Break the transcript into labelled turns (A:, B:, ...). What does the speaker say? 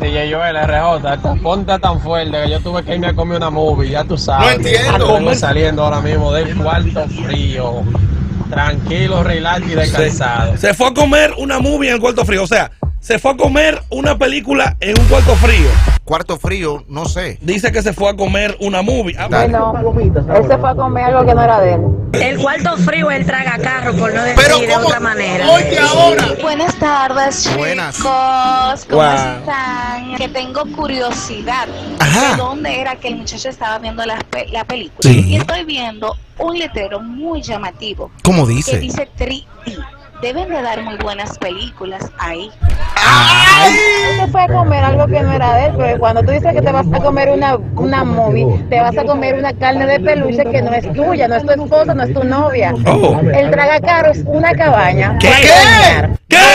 A: DJ Joel RJ, esta ponta tan fuerte que yo tuve que irme a comer una movie, ya tú sabes.
B: No entiendo.
A: Vengo saliendo ahora mismo del cuarto frío. Tranquilo, relax y descansado.
B: Se fue a comer una movie en el cuarto frío. O sea, se fue a comer una película en un cuarto frío.
C: Cuarto frío, no sé.
B: Dice que se fue a comer una movie. Ah,
C: Dale.
D: No, él se fue a comer algo que no era de él.
E: El cuarto frío, el traga carro, por no decir
C: Pero
E: de
C: ¿cómo?
E: otra manera.
B: Oye, ahora.
F: Buenas tardes, chicos.
C: Buenas.
F: ¿Cómo
B: Wow.
F: están? Que tengo curiosidad
C: Ajá.
F: de dónde era que el muchacho estaba viendo la, pe- la película.
B: Sí.
F: Y estoy viendo un letrero muy llamativo
C: ¿Cómo
F: que
C: dice?
F: dice 3D. Deben de dar muy buenas películas ahí.
D: Él se fue a comer algo que no era de él, pero cuando tú dices que te vas a comer una, una movie, te vas a comer una carne de peluche que no es tuya, no es tu esposa, no es tu novia.
B: Oh.
D: El tragacaro es una cabaña.
B: ¿Qué? ¿Qué?